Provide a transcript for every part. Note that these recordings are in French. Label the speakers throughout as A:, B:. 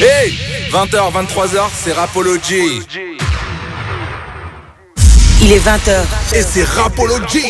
A: Hey 20h, 23h, c'est Rapology.
B: Il est 20h.
A: Et c'est Rapology.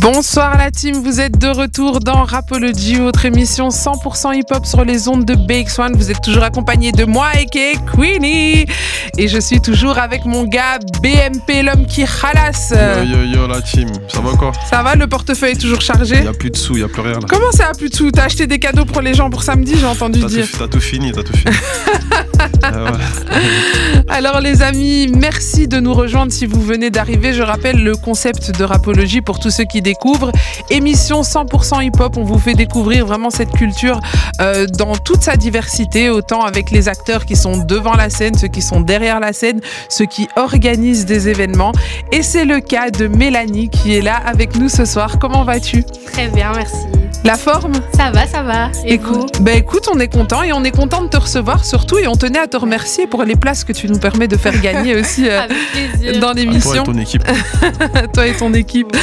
C: Bonsoir la team, vous êtes de retour dans Rapology, votre émission 100% hip-hop sur les ondes de BX1. Vous êtes toujours accompagné de moi, a.k.a. Queenie. Et je suis toujours avec mon gars BMP, l'homme qui ralasse.
D: Yo yo yo la team, ça va quoi
C: Ça va, le portefeuille est toujours chargé
D: Il y a plus de sous, il y a plus rien là.
C: Comment ça a plus de sous T'as acheté des cadeaux pour les gens pour samedi, j'ai entendu
D: T'as
C: dire.
D: tout, t'as tout fini, t'as tout fini. Ah ouais.
C: Alors les amis, merci de nous rejoindre si vous venez d'arriver. Je rappelle le concept de Rapologie pour tous ceux qui découvrent. Émission 100% hip-hop, on vous fait découvrir vraiment cette culture euh, dans toute sa diversité, autant avec les acteurs qui sont devant la scène, ceux qui sont derrière la scène, ceux qui organisent des événements. Et c'est le cas de Mélanie qui est là avec nous ce soir. Comment vas-tu
E: Très bien, merci.
C: La forme
E: Ça va, ça va. Et vous
C: Écoute, bah écoute, on est content et on est content de te recevoir surtout et on tenait à te remercier pour les places que tu nous permets de faire gagner aussi euh,
E: Avec plaisir.
C: dans
D: À toi et
C: l'émission,
D: ton équipe.
C: Ah, toi et ton équipe.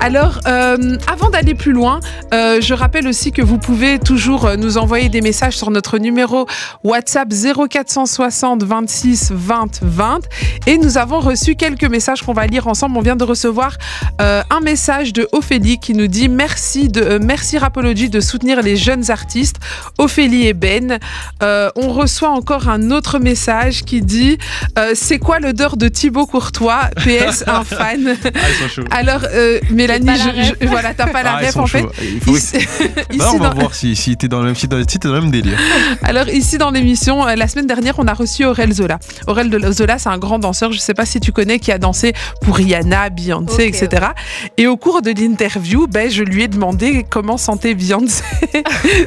C: Alors, euh, avant d'aller plus loin, euh, je rappelle aussi que vous pouvez toujours euh, nous envoyer des messages sur notre numéro WhatsApp 0460 26 20 20. Et nous avons reçu quelques messages qu'on va lire ensemble. On vient de recevoir euh, un message de Ophélie qui nous dit merci de euh, merci Rapology de soutenir les jeunes artistes Ophélie et Ben. Euh, on reçoit encore un autre message qui dit euh, c'est quoi l'odeur de Thibaut Courtois PS un fan.
D: Ah, ils sont chauds.
C: Alors, euh, Mélanie,
E: J'ai pas la
C: je- je- voilà, t'as pas la
D: Ah, ils
C: ref
D: sont
C: en fait.
D: chauds. Il faut-
C: Ici- ici
D: Bah, on va
C: dans-
D: voir si, si t'es dans le même si t'es- si t'es dans le même délire.
C: alors ici dans l'émission, euh, la semaine dernière, on a reçu Aurel Zola. Aurel de- Zola, c'est un grand danseur, je ne sais pas si tu connais, qui a dansé pour Rihanna, Beyoncé,
E: Ok,
C: etc. Et au cours de l'interview, ben, je lui ai demandé comment sentait Beyoncé.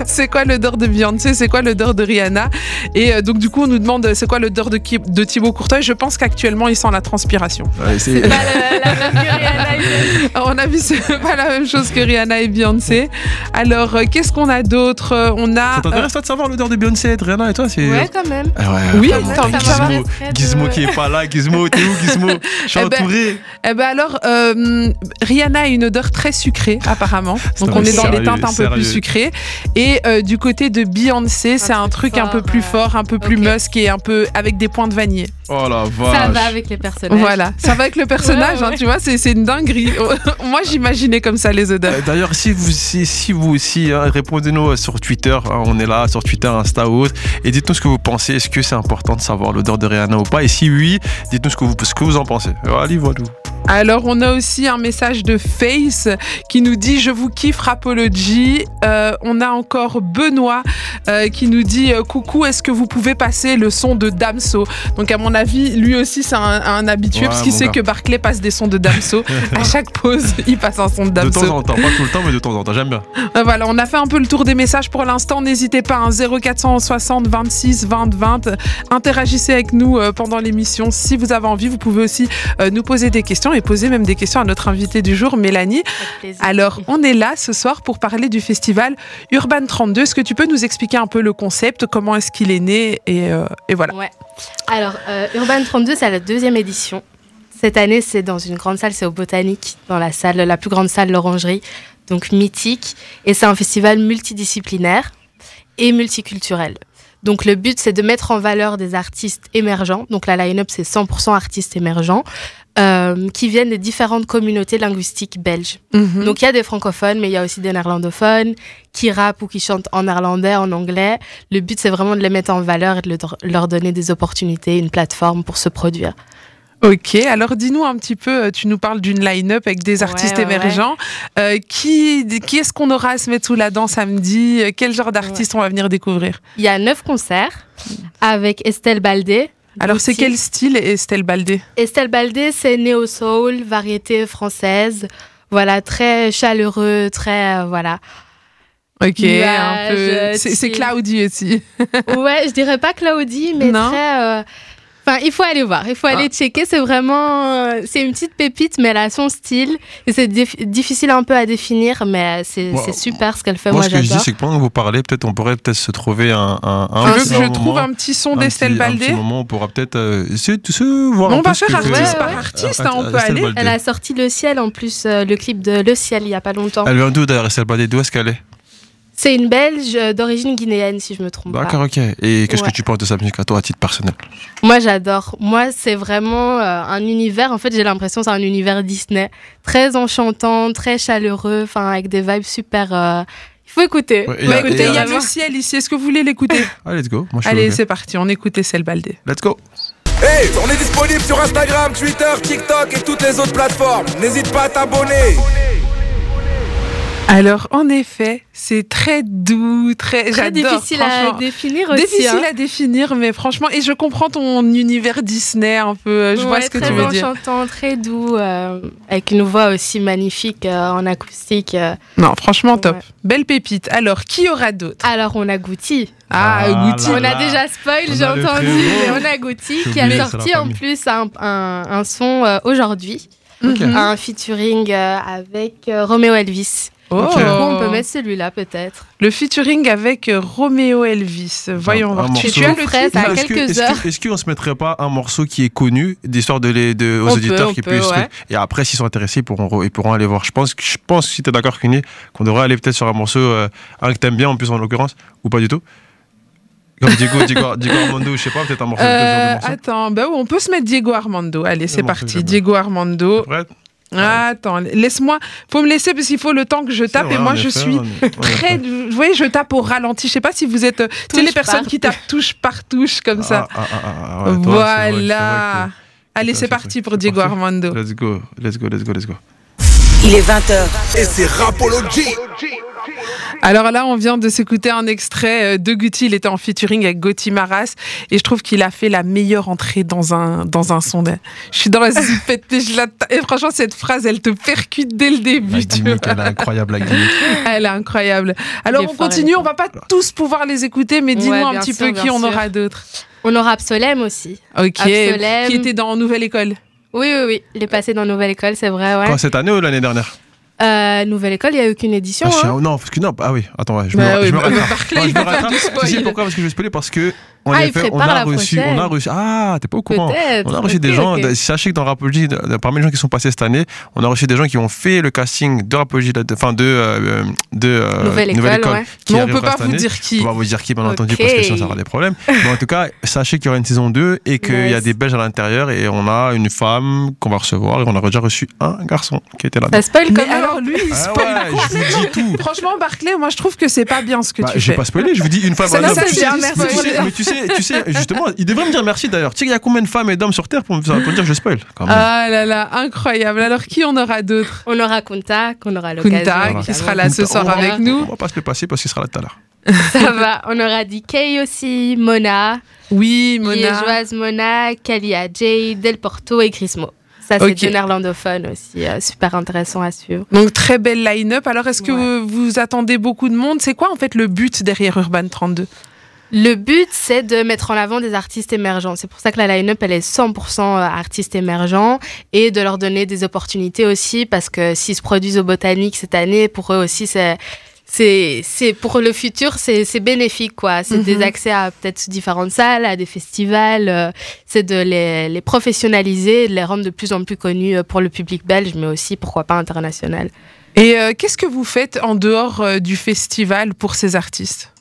C: c'est quoi l'odeur de Beyoncé C'est quoi l'odeur de Rihanna Et euh, donc du coup, on nous demande euh, c'est quoi l'odeur de, Ki- de Thibaut Courtois. Et Je pense qu'actuellement, il sent la transpiration.
D: Ouais, c'est-
E: Bah, la, la même que Rihanna, il
C: À mon avis, c'est pas la même chose que Rihanna et Beyoncé. Alors, euh, qu'est-ce qu'on a d'autre Euh, On a...
D: Ça t'intéresse toi de savoir l'odeur de Beyoncé, de Rihanna et toi
E: est-
D: c'est.
E: Ouais, quand même.
D: Ah ouais,
C: Oui,
D: attends,
C: t'as envie de
D: Gizmo,
C: savoir.
D: Gizmo qui est pas là, Gizmo, t'es où Gizmo Je suis
C: Eh ben,
D: entouré.
C: Eh ben alors, euh, Rihanna a une odeur très sucrée apparemment.
D: Non,
C: Donc on
D: mais
C: est dans des
D: sérieux,
C: teintes un peu
D: sérieux.
C: plus sucrées. Et euh, du côté de Beyoncé, c'est un truc un peu
E: fort,
C: plus
E: euh,
C: fort, un peu plus
E: ok.
C: musk et un peu avec des points de vanille.
D: Oh la
E: Ça va
D: vache.
E: avec les personnages.
C: Voilà, ça va avec le personnage,
E: Ouais,
C: hein,
E: ouais.
C: tu vois, c'est c'est une dinguerie. Moi j'imaginais comme ça les odeurs.
D: Euh, D'ailleurs, si vous, si, si vous aussi, hein, répondez-nous sur Twitter. hein, on est là, sur Twitter, Insta ou autre. Et dites-nous ce que vous pensez. Est-ce que c'est important de savoir l'odeur de Rihanna ou pas Et si oui, dites-nous ce que vous, ce que vous en pensez. Euh, Allez, voilà.
C: Alors on a aussi un message de Face qui nous dit je vous kiffe Rapology. Euh, on a encore Benoît euh, qui nous dit euh, coucou est-ce que vous pouvez passer le son de Damso. Donc à mon avis lui aussi c'est un, un habitué
D: Ouais,
C: parce qu'il
D: mon
C: sait
D: gars.
C: que Barclay passe des sons de Damso. à chaque pause il passe un son de
D: De
C: Damso.
D: temps en temps, pas tout le temps, mais de temps en temps. J'aime bien.
C: Euh, Voilà, on a fait un peu le tour des messages pour l'instant. N'hésitez pas, hein, 0460 26 20 20. Interagissez avec nous euh, pendant l'émission. Si vous avez envie, vous pouvez aussi euh, nous poser des questions et poser même des questions à notre invitée du jour, Mélanie.
E: Avec plaisir.
C: Alors, on est là ce soir pour parler du festival Urban 32. Est-ce que tu peux nous expliquer un peu le concept Comment est-ce qu'il est né et, euh, et voilà.
E: Ouais. Alors, euh, Urban 32, c'est la deuxième édition. Cette année, c'est dans une grande salle, c'est au Botanique, dans la salle, la plus grande salle, l'Orangerie, donc mythique. Et c'est un festival multidisciplinaire et multiculturel. Donc le but, c'est de mettre en valeur des artistes émergents. Donc la line-up, c'est 100% artistes émergents euh, qui viennent des différentes communautés linguistiques belges.
C: Mhm.
E: Donc il y a des francophones, mais il y a aussi des néerlandophones qui rappent ou qui chantent en néerlandais, en anglais. Le but, c'est vraiment de les mettre en valeur et de leur- leur donner des opportunités, une plateforme pour se produire.
C: ok, alors dis-nous un petit peu, euh, tu nous parles d'une line-up avec des
E: Ouais,
C: artistes
E: ouais, ouais.
C: émergents. Euh, qui qui est-ce qu'on aura à se mettre sous la dent samedi Euh, Quel genre d'artistes on va venir découvrir
E: Il y a neuf concerts avec Estelle Baldé.
C: Mm. Alors, c'est quel style, Estelle Baldé
E: Estelle Baldé, c'est néo soul, variété française. Voilà, très chaleureux, très euh, voilà.
C: Ok, un
E: Nuages,
C: peu.
E: euh,
C: C'est c'est
E: chill.
C: Cloudy aussi.
E: Ouais, je dirais pas Claudie, mais
C: Non.
E: très. euh, Enfin, il faut aller voir, il faut aller checker. C'est vraiment, euh, c'est une petite pépite, mais elle a son style et c'est dif- difficile un peu à définir, mais c'est
D: Moi-
E: c'est super ce qu'elle fait.
D: Moi,
E: Ben, Moi,
D: ce que je dis,
E: j'adore.
D: c'est que pendant que vous parlez, peut-être on pourrait peut-être se trouver un. un,
C: Tu
D: Ah, un
C: veux
D: petit
C: que je
D: moment,
C: trouve un petit son
D: un
C: d'Estelle
D: petit- un
C: Baldé
D: petit moment, on pourra peut-être euh, essayer de se voir.
C: Mais
D: un
C: on
D: peu
C: va
D: ce que
C: faire
D: fait,
C: artiste
D: euh,
C: par artiste, hein, on peut
D: Estelle
C: aller.
D: Baldé.
E: Elle a sorti Le Ciel en plus, euh, le clip de Le Ciel il y a pas longtemps.
D: Elle vient d'où d'ailleurs, Estelle Baldé D'où est-ce qu'elle est
E: C'est une Belge euh, d'origine guinéenne, si je me trompe pas.
D: D'accord, ok. Et qu'est-ce
E: Ouais.
D: que tu penses de sa musique à toi, à titre personnel
E: Moi, j'adore. Moi, c'est vraiment euh, un univers. En fait, j'ai l'impression que c'est un univers Disney. Très enchantant, très chaleureux, enfin, avec des vibes super. euh, Il faut écouter.
D: Ouais,
E: Faut
D: a-
C: Bah, écoutez,
D: et
C: il y a
E: vraiment.
C: le ciel ici. Est-ce que vous voulez l'écouter
D: Ah, let's go. Moi, je suis
C: Allez,
D: ouvert.
C: c'est parti. On écoute Estelle Baldé.
D: Let's go.
A: Hey, on est disponible sur Instagram, Twitter, TikTok et toutes les autres plateformes. N'hésite pas à t'abonner.
C: Alors, en effet, c'est très doux, très.
E: Très
C: j'adore,
E: difficile à
C: franchement.
E: définir aussi.
C: Difficile
E: hein.
C: à définir, mais franchement, et je comprends ton univers Disney un peu. euh, Je vois
E: Ouais,
C: ce que
E: très
C: tu veux dire.
E: enchantant, très doux, euh, avec une voix aussi magnifique euh, en acoustique. euh.
C: Non, franchement, top.
E: Ouais.
C: Belle pépite. Alors, qui aura d'autres
E: Alors, on a Goutti.
C: Ah,
D: Ah
C: Goutti.
D: là
E: On a
D: là.
E: déjà spoil,
D: On a
E: j'ai
D: le
E: entendu,
D: frérot.
E: mais on a Goutti
D: J'ai
E: qui a
D: oublié, c'est
E: sorti
D: la
E: en
D: famille.
E: plus un, un- un son euh, aujourd'hui,
D: Ok.
C: Mhm.
E: un featuring euh, avec euh, Romeo Elvis.
C: Oh.
D: Ok.
E: Bon, on peut mettre celui-là peut-être.
C: Le featuring avec euh, Roméo Elvis. Voyons
D: un
C: voir. Tu,
D: morceau.
C: tu as le
E: Frais,
C: titre
E: ça- À
D: Est-ce que-
E: quelques
D: est-ce que-
E: heures.
D: Est-ce qu'on se mettrait pas un morceau qui est connu, d'histoire de les, de, aux
C: On peut,
D: auditeurs
C: on
D: qui
C: peut,
D: puissent.
C: ouais.
D: Et après, s'ils sont intéressés, ils pourront, re- ils pourront aller voir. Je pense, que- je pense si tu es d'accord, Cuny, qu'on devrait aller peut-être sur un morceau, euh, un que t'aimes bien en plus en l'occurrence, ou pas du tout. Comme Diego, Diego, Diego Armando, je sais pas, peut-être un morceau.
C: Euh,
D: de morceau.
C: attends, bah, on peut se mettre Diego Armando. Allez, c'est
D: morceau que
C: parti.
D: j'aime bien.
C: Diego Armando.
D: Prêt
C: Attends, laisse-moi. Faut me laisser parce qu'il faut le temps que je tape
D: C'est
C: et
D: vrai,
C: moi
D: en
C: je
D: effet,
C: suis
D: on est- on est-
C: très. Vous voyez, je tape au ralenti. Je sais pas si vous êtes. euh, Tu sais, les
E: Touche
C: personnes
E: par
C: qui tapent touche par touche comme ça.
D: Ah, ah, ah, ah, ouais, toi, c'est vrai,
C: voilà.
D: c'est vrai
C: Allez,
D: ça,
C: c'est
D: c'est
C: parti
D: vrai.
C: pour
D: C'est
C: Diego
D: parti.
C: Armando.
D: que- Let's go, let's go, let's go, let's go.
B: Il est 20h.
A: Et c'est Rapology.
C: Alors là, on vient de s'écouter un extrait euh, de Guti. Il était en featuring avec Gauthier Maras et je trouve qu'il a fait la meilleure entrée dans un, dans un son. Je suis dans la zipette et, je la ta- et franchement, cette phrase, elle te percute dès le
D: La
C: début. tu vois.
D: gimmick, elle est incroyable, la gimmick.
C: Elle est incroyable. Alors
E: est
C: on
E: fort, elle
C: continue,
E: est
C: on va pas tous pouvoir les écouter, mais
E: Ouais,
C: dis-nous un
E: bien
C: petit
E: sûr,
C: peu
E: bien
C: qui on
E: sûr.
C: aura d'autres.
E: On aura Absolem aussi.
C: Ok,
E: Absolem.
C: qui était dans Nouvelle École.
E: Oui, oui, oui. Il est passé dans Nouvelle École, c'est vrai, ouais.
D: Quand, cette année ou l'année dernière
E: Euh, Nouvelle École, il n'y a eu qu'une édition.
D: Ah, je suis-
E: hein.
D: Non, parce que non, ah oui, attends, ouais, je me,
C: Bah oui,
D: je me
C: bah,
D: rattrape.
C: Barclay,
D: Non, je
C: il
D: me
C: va faire
D: rattrape.
C: du
D: Tu sais
C: spoil.
D: pourquoi Parce que je vais spoiler parce que on,
E: Ah,
D: a
E: il
D: fait, on
E: prépare
D: a
E: la
D: reçu,
E: prochaine.
D: on a reçu. Ah, t'es pas au courant.
E: Peut-être.
D: On a reçu
E: Ok,
D: des gens.
E: ok.
D: Sachez que dans Rapology, de- de- parmi les gens qui sont passés cette année, on a reçu des gens qui ont fait le casting de Rapology, de- enfin de, euh, de euh,
E: Nouvelle École, ouais.
D: qui
C: Mais on
D: arrivera
C: peut pas
D: cette
C: vous
D: année.
C: dire qui.
D: On va vous dire qui, bien entendu,
E: Ok.
D: parce que sinon ça aura des problèmes. Mais en tout cas, sachez qu'il y aura une saison 2 et qu'il y a
E: Nice.
D: des Belges à l'intérieur et on a une femme qu'on va recevoir et on a déjà reçu un garçon qui était là.
E: Ça spoil
C: Mais
E: quand même.
C: alors lui, il
D: Ah
C: spoil
D: ouais, je vous dis tout.
C: Franchement, Barclay, moi je trouve que c'est pas bien ce que
D: Bah,
C: tu
D: je vais
C: fais.
D: pas spoiler, je vous dis une femme
C: Ça,
D: un
C: ça,
D: homme.
C: c'est
D: Mais tu
C: bien,
D: sais-
C: merci
D: mais tu
C: pour
D: sais-
C: le-
D: mais tu sais, tu sais, justement, il devrait me dire merci d'ailleurs. Tu sais, il y a combien de femmes et d'hommes sur Terre pour me pour me dire je spoil quand même.
C: Ah là là, incroyable. Alors qui on aura d'autres
E: On aura Kunta, qu'on aura l'occasion.
C: Kunta, qui
E: évidemment.
C: sera Ah, là ce
D: Kunta,
C: soir
E: on
C: avec
E: verra.
D: On
C: nous.
D: va pas se le passer parce qu'il sera là tout à l'heure.
E: Ça va. On aura DK aussi, Mona,
C: Oui, Mona.
E: Liégeoise Mona, Kalia Jay, Del Porto et Grismo. Ça, c'est
C: Ok.
E: des néerlandophones aussi. euh, super intéressant à suivre.
C: Donc très belle line-up. Alors est-ce que
E: Ouais.
C: vous, vous attendez beaucoup de monde C'est quoi en fait le but derrière Urban 32
E: Le but, c'est de mettre en avant des artistes émergents. C'est pour ça que la line-up, elle est 100% euh, artistes émergents et de leur donner des opportunités aussi parce que s'ils se produisent au Botanique cette année, pour eux aussi, c'est. C'est, c'est pour le futur, c'est, c'est bénéfique quoi. C'est
C: Mhm.
E: des accès à peut-être différentes salles, à des festivals. euh, c'est de les, les professionnaliser, et de les rendre de plus en plus connus euh, pour le public belge, mais aussi pourquoi pas international.
C: Et euh, qu'est-ce que vous faites en dehors euh, du festival pour ces artistes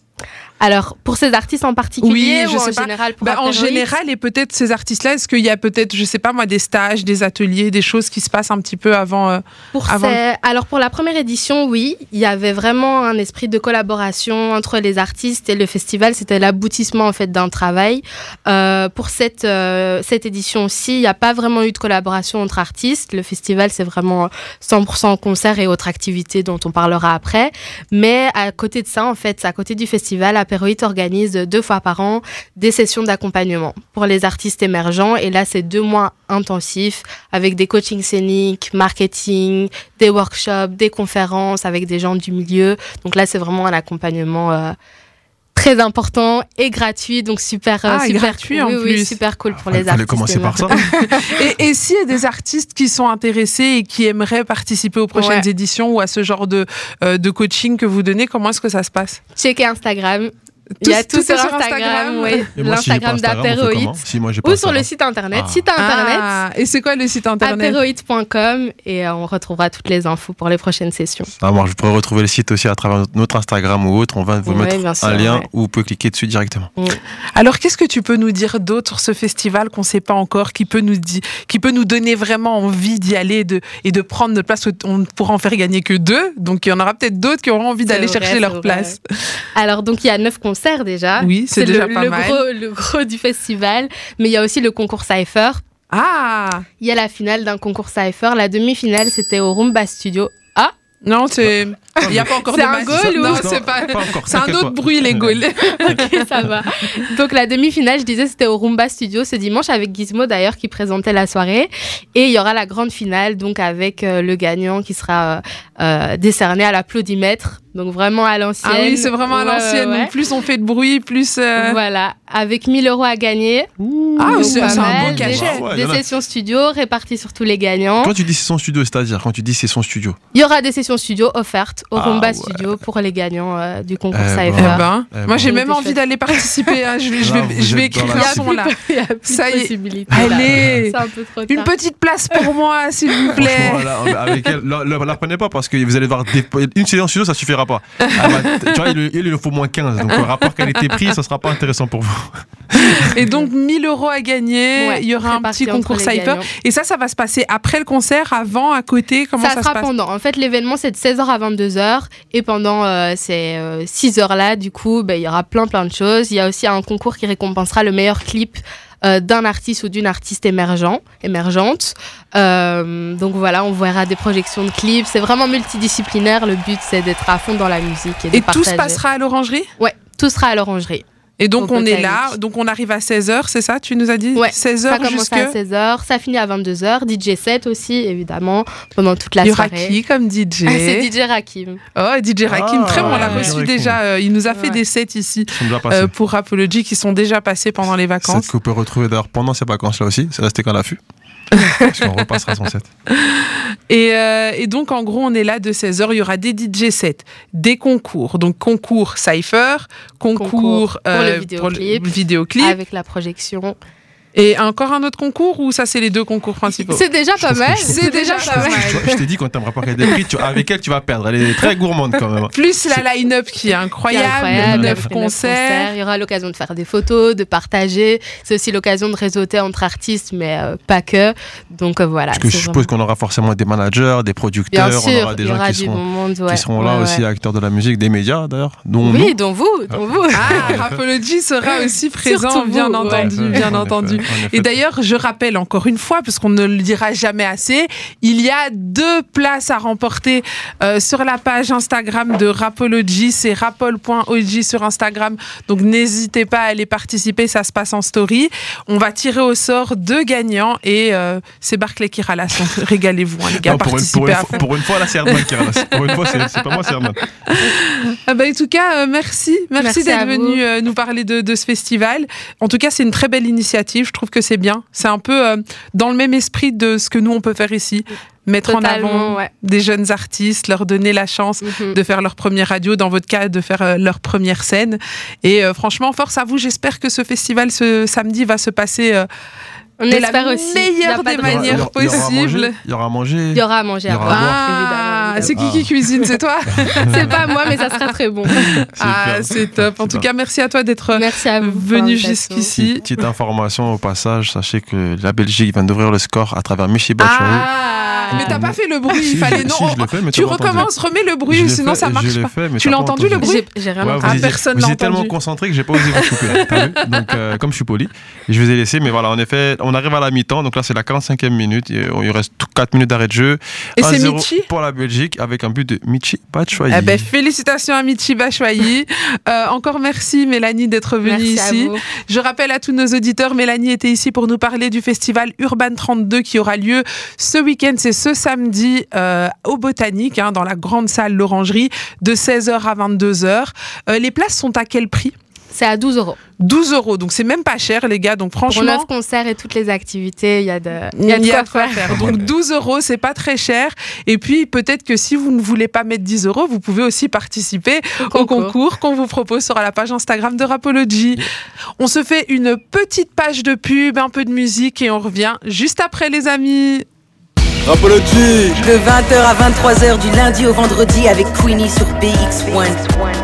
E: Alors pour ces artistes en particulier,
C: Oui, je
E: ou en
C: sais pas.
E: général pour
C: Bah, En
E: Apéro X
C: général, et peut-être ces artistes-là, est-ce qu'il y a peut-être, je sais pas moi, des stages, des ateliers, des choses qui se passent un petit peu avant euh,
E: Pour
C: Avant-
E: ces- Alors pour la première édition, oui, il y avait vraiment un esprit de collaboration entre les artistes et le festival. C'était l'aboutissement en fait d'un travail. Euh, pour cette euh, cette édition aussi, il n'y a pas vraiment eu de collaboration entre artistes. Le festival c'est vraiment 100% concert et autres activités dont on parlera après. Mais à côté de ça, en fait, à côté du festival, Apéroït organise deux fois par an des sessions d'accompagnement pour les artistes émergents. Et là, c'est deux mois intensifs avec des coachings scéniques, marketing, des workshops, des conférences avec des gens du milieu. Donc là, c'est vraiment un accompagnement euh, très important et gratuit. Donc super, euh,
C: Ah,
E: super
C: gratuit en
E: oui, oui,
C: plus.
E: super cool pour
D: Fallait-
E: les
D: Fallait
E: artistes.
D: Ah, commencer par ça.
C: Et, et s'il y a des artistes qui sont intéressés et qui aimeraient participer aux prochaines
E: Ouais.
C: éditions ou à ce genre de, euh, de coaching que vous donnez, comment est-ce que ça se passe
E: Checker Instagram. Il y a
C: Tout-
E: tout,
C: tout est
E: sur
C: sur
E: Instagram,
C: Instagram.
E: oui.
D: Et moi, si j'ai pas
E: L'Instagram
D: Instagram, on fait
E: d'Apéroïde.
D: comment Si moi j'ai pas
E: Ou sur le
D: Instagram.
E: site internet,
D: Ah.
E: site internet,
C: Ah, et c'est quoi le site internet
E: apéroïde.com, et euh, on retrouvera toutes les infos pour les prochaines sessions.
D: Ça marche, vous pourrez retrouver le site aussi à travers notre- notre Instagram ou autre. On va vous
E: Ouais,
D: mettre
E: bien sûr,
D: un lien
E: ouais.
D: où vous pouvez cliquer dessus directement.
C: Alors, qu'est-ce que tu peux nous dire d'autre sur ce festival qu'on ne sait pas encore, qui peut nous di- qui peut nous donner vraiment envie d'y aller et de, et de prendre notre place On ne pourra en faire gagner que deux, donc il y en aura peut-être d'autres qui auront envie d'aller
E: C'est vrai,
C: chercher
E: c'est
C: leur
E: vrai.
C: place.
E: Alors, donc, il y a neuf concerts déjà.
C: Oui, c'est
E: le-
C: déjà
E: le,
C: pas mal.
E: Gros, le gros du festival. Mais il y a aussi le concours Cypher.
C: Ah
E: Il y a la finale d'un concours Cypher. La demi-finale, c'était au Rumba Studio.
C: Non, c'est. Il n'y a pas encore
E: C'est
C: de
E: un
C: match.
E: goal ou-
C: Non, c'est pas.
D: encore.
C: C'est un
D: t'inquiète
C: autre
D: pas.
C: bruit, les goals.
E: Ok, ça va. Donc, la demi-finale, je disais, c'était au Rumba Studio ce dimanche avec Gizmo d'ailleurs qui présentait la soirée. Et il y aura la grande finale, donc avec euh, le gagnant qui sera euh, euh, décerné à l'applaudimètre. Donc, vraiment à l'ancienne.
C: Ah oui, c'est vraiment à
E: Ouais, ouais,
C: l'ancienne.
E: euh, ouais.
C: donc Plus on fait de bruit, plus. euh,
E: Voilà, avec 1000 euros à gagner.
C: Ah,
E: Donc,
C: c'est
E: pas
C: c'est un
E: mal.
C: beau
E: Des-
C: cachet.
D: Ah, Ouais, ouais,
E: des
D: y en a.
E: sessions studio réparties sur tous les gagnants.
D: Quand tu dis c'est son studio, c'est-à-dire quand tu dis c'est son studio.
E: Il y aura des sessions studio offertes au
D: Ah
E: Rumba
D: ouais.
E: Studio pour les gagnants euh, du concours
D: Eh
E: Cypher.
C: Eh
D: Voilà.
C: ben,
D: Eh
C: moi
D: ben.
C: j'ai
E: Elle
C: même
E: était
C: envie
E: faite.
C: d'aller participer. hein. Je vais, je
D: Là,
C: vais,
D: vous
C: je vais
D: êtes dans
C: écrire
D: la
C: un son là.
E: Il y a plus de
C: Ça y est.
E: possibilités, là.
C: Allez,
E: C'est un peu trop
C: une
E: tard.
C: petite place pour moi, s'il vous
D: Franchement,
C: plaît.
D: là, on- avec elle, la, la- la prenez pas parce que vous allez devoir dépo- une séance studio, ça suffira pas. Ah bah, t- tu vois, il, il lui faut moins 15. Donc le rapport qualité-prix, ça sera pas intéressant pour vous.
C: Et donc 1000 euros à gagner.
E: Ouais,
C: Il y aura un
E: répartis
C: petit
E: entre
C: concours
E: les
C: Cypher.
E: gagnants.
C: Et ça, ça va se passer après le concert, avant, à côté. Comment
E: Ça,
C: ça, se
E: sera
C: passe
E: pendant. En fait, l'événement, c'est de 16h à 22h. Et pendant euh, ces 6 heures-là, du coup, ben, il y aura plein, plein de choses. Il y a aussi un concours qui récompensera le meilleur clip euh, d'un artiste ou d'une artiste émergent, émergente. Euh, donc voilà, on verra des projections de clips. C'est vraiment multidisciplinaire. Le but, c'est d'être à fond dans la musique. Et, de
C: Et tout se
E: partager.
C: passera à l'orangerie
E: Ouais, tout sera à l'orangerie.
C: Et donc
E: Au
C: on est
E: Botanique.
C: là, donc on arrive à 16h, c'est ça Tu nous as dit
E: Ouais,
C: 16h
E: Ça commence
C: jusque
E: à 16h, ça finit à 22h. DJ 7 aussi, évidemment, pendant toute la
C: Il y aura
E: soirée.
C: qui comme DJ
E: Ah, C'est DJ Rakim.
C: Oh, DJ Rakim,
D: Ah,
C: très bon, on l'a
E: ouais,
C: reçu
D: Rakim. Ah,
C: déjà. euh, il nous a fait
E: Ouais.
C: des sets ici
D: Ça me doit passer.
C: euh, pour Rapology qui sont déjà passés pendant les
D: Cette
C: vacances.
D: que vous pouvez retrouver d'ailleurs pendant ces vacances-là aussi. C'est resté qu'à l'affût. Parce qu'on repassera son set.
C: Et, euh, et donc, en gros, on est là de 16h. Il y aura des DJ sets, des concours. Donc, concours Cypher, concours, euh,
E: Concours pour le vidéoclip.
C: vidéoclip.
E: Avec la projection.
C: Et encore un autre concours ou ça, c'est les deux concours principaux
E: C'est déjà pas
D: pense que
E: mal.
D: je-
C: C'est déjà pas mal.
D: Tu vois, je t'ai dit quand t'as un rapport qualité-prix, tu- avec elle, tu vas perdre. Elle est très gourmande quand
E: Ah,
D: même.
C: Plus la line-up qui est incroyable,
E: Incroyable, avec
C: neuf
E: les neuf
C: concerts.
E: Il y aura l'occasion de faire des photos, de partager. C'est aussi l'occasion de réseauter entre artistes, mais euh, pas que. Donc euh, voilà.
D: Parce que je
E: c'est
D: suppose qu'on aura forcément des managers, des
E: vraiment-
D: producteurs,
E: Bien
D: on
E: sûr,
D: aura des
E: il y
D: gens
E: aura
D: qui
E: du
D: seront,
E: bon monde.
D: qui
E: ouais,
D: seront
E: ouais,
D: là
E: ouais.
D: aussi, acteurs de la musique, des médias d'ailleurs, dont nous.
E: Oui, dont vous, dont vous.
C: Ah, Rapology sera aussi présent,
E: Surtout
C: bien
E: vous,
D: Ouais,
C: entendu,
D: en effet,
C: bien
D: en
C: entendu.
D: effet, en effet.
C: Et d'ailleurs, je rappelle encore une fois, puisqu'on ne le dira jamais assez, il y a deux places à remporter euh, sur la page Instagram de Rapology. C'est rapol.og sur Instagram. Donc n'hésitez pas à aller participer, ça se passe en story. On va tirer au sort deux gagnants et euh, c'est Barclay qui ralasse. Donc, Régalez-vous, hein, les gars,
D: Non, pour, une,
C: participez
D: pour, une
C: à
D: fois, pour une fois, là, c'est Herman qui ramasse. Pour une fois, c'est c'est pas moi, c'est Herman.
C: Ah bah, en tout cas, euh, merci. Merci,
E: Merci
C: d'être
E: à vous.
C: venu euh, nous parler de, de ce festival. En tout cas, c'est une très belle initiative. Je trouve que c'est bien. C'est un peu euh, dans le même esprit de ce que nous, on peut faire ici. Mettre en avant
E: Totalement, ouais.
C: des jeunes artistes, leur donner la chance
E: Mhm.
C: de faire leur première radio, dans votre cas, de faire euh, leur première scène. Et euh, franchement, force à vous. J'espère que ce festival, ce samedi, va se passer euh,
E: On
C: de la
E: espère aussi. Il y a
C: meilleure
E: pas
C: des
E: de
D: Il
C: manières.
D: y aura-
E: raison.
C: Manière
D: il y aura-
C: possible.
D: Il y aura à manger.
E: Il y aura à manger
D: Il y
E: à
D: aura à
E: boire,
D: boire.
C: Ah, c'est
E: évidemment,
C: qui qui cuisine C'est toi
E: évidemment. C'est pas moi, mais ça sera très bon.
C: Ah,
D: Super.
C: c'est top. En tout
D: Super.
C: cas, merci à toi d'être euh,
E: Merci à vous. hein, pour
C: venu
E: l'invitation.
C: jusqu'ici.
D: Petite, petite information au passage, sachez que la Belgique vient d'ouvrir le score à travers Michi Bachelet.
C: Ah, mais t'as pas fait le bruit,
D: Si,
C: il fallait
D: je-
C: non. oh,
D: si, je l'ai fait, mais
C: tu
D: t'as pas entendu.
C: recommences, remets le
D: Je
C: bruit,
D: l'ai
C: sinon
D: fait,
C: ça
D: je
C: marche
D: l'ai
C: pas.
D: fait, mais
C: Tu
D: t'as
C: l'as
D: pas
C: entendu, le bruit
E: J'ai j'ai rien
D: Ouais,
E: entendu.
D: vous
C: Ah,
D: étiez-
C: personne
D: vous
C: l'a
D: êtes tellement
C: entendu.
D: concentré que j'ai pas osé vous couper. t'as vu donc, euh, comme je suis poli, je vous ai laissé. Mais voilà, en effet, on arrive à la mi-temps. Donc là, c'est la 45e minute. Il il reste 4 minutes d'arrêt de jeu.
C: Et c'est
D: 1-0
C: Michi
D: Pour la Belgique, avec un but de Michi Batshuayi.
C: Eh ben, félicitations à Michi Bachoyi. Euh, encore merci Mélanie d'être venue
E: Merci à
C: ici.
E: vous.
C: Je rappelle à tous nos auditeurs, Mélanie était ici pour nous parler du festival Urban 32 qui aura lieu ce week-end, c'est ce samedi euh, au Botanique, hein, dans la grande salle L'Orangerie, de 16h à 22h. Euh, les places sont à quel prix
E: C'est à 12 euros.
C: 12 euros, donc c'est même pas cher, les gars. Donc
E: Pour
C: franchement,
E: 9 concerts et toutes les activités, il y a de,
C: il y a de quoi,
E: faire.
C: faire. Donc 12 euros, c'est pas très cher. Et puis peut-être que si vous ne voulez pas mettre 10 euros, vous pouvez aussi participer au
E: concours.
C: concours qu'on vous propose sur la page Instagram de Rapology. On se fait une petite page de pub, un peu de musique et on revient juste après, les amis.
A: Rapology
B: De 20h à 23h du lundi au vendredi avec Queenie sur BX1.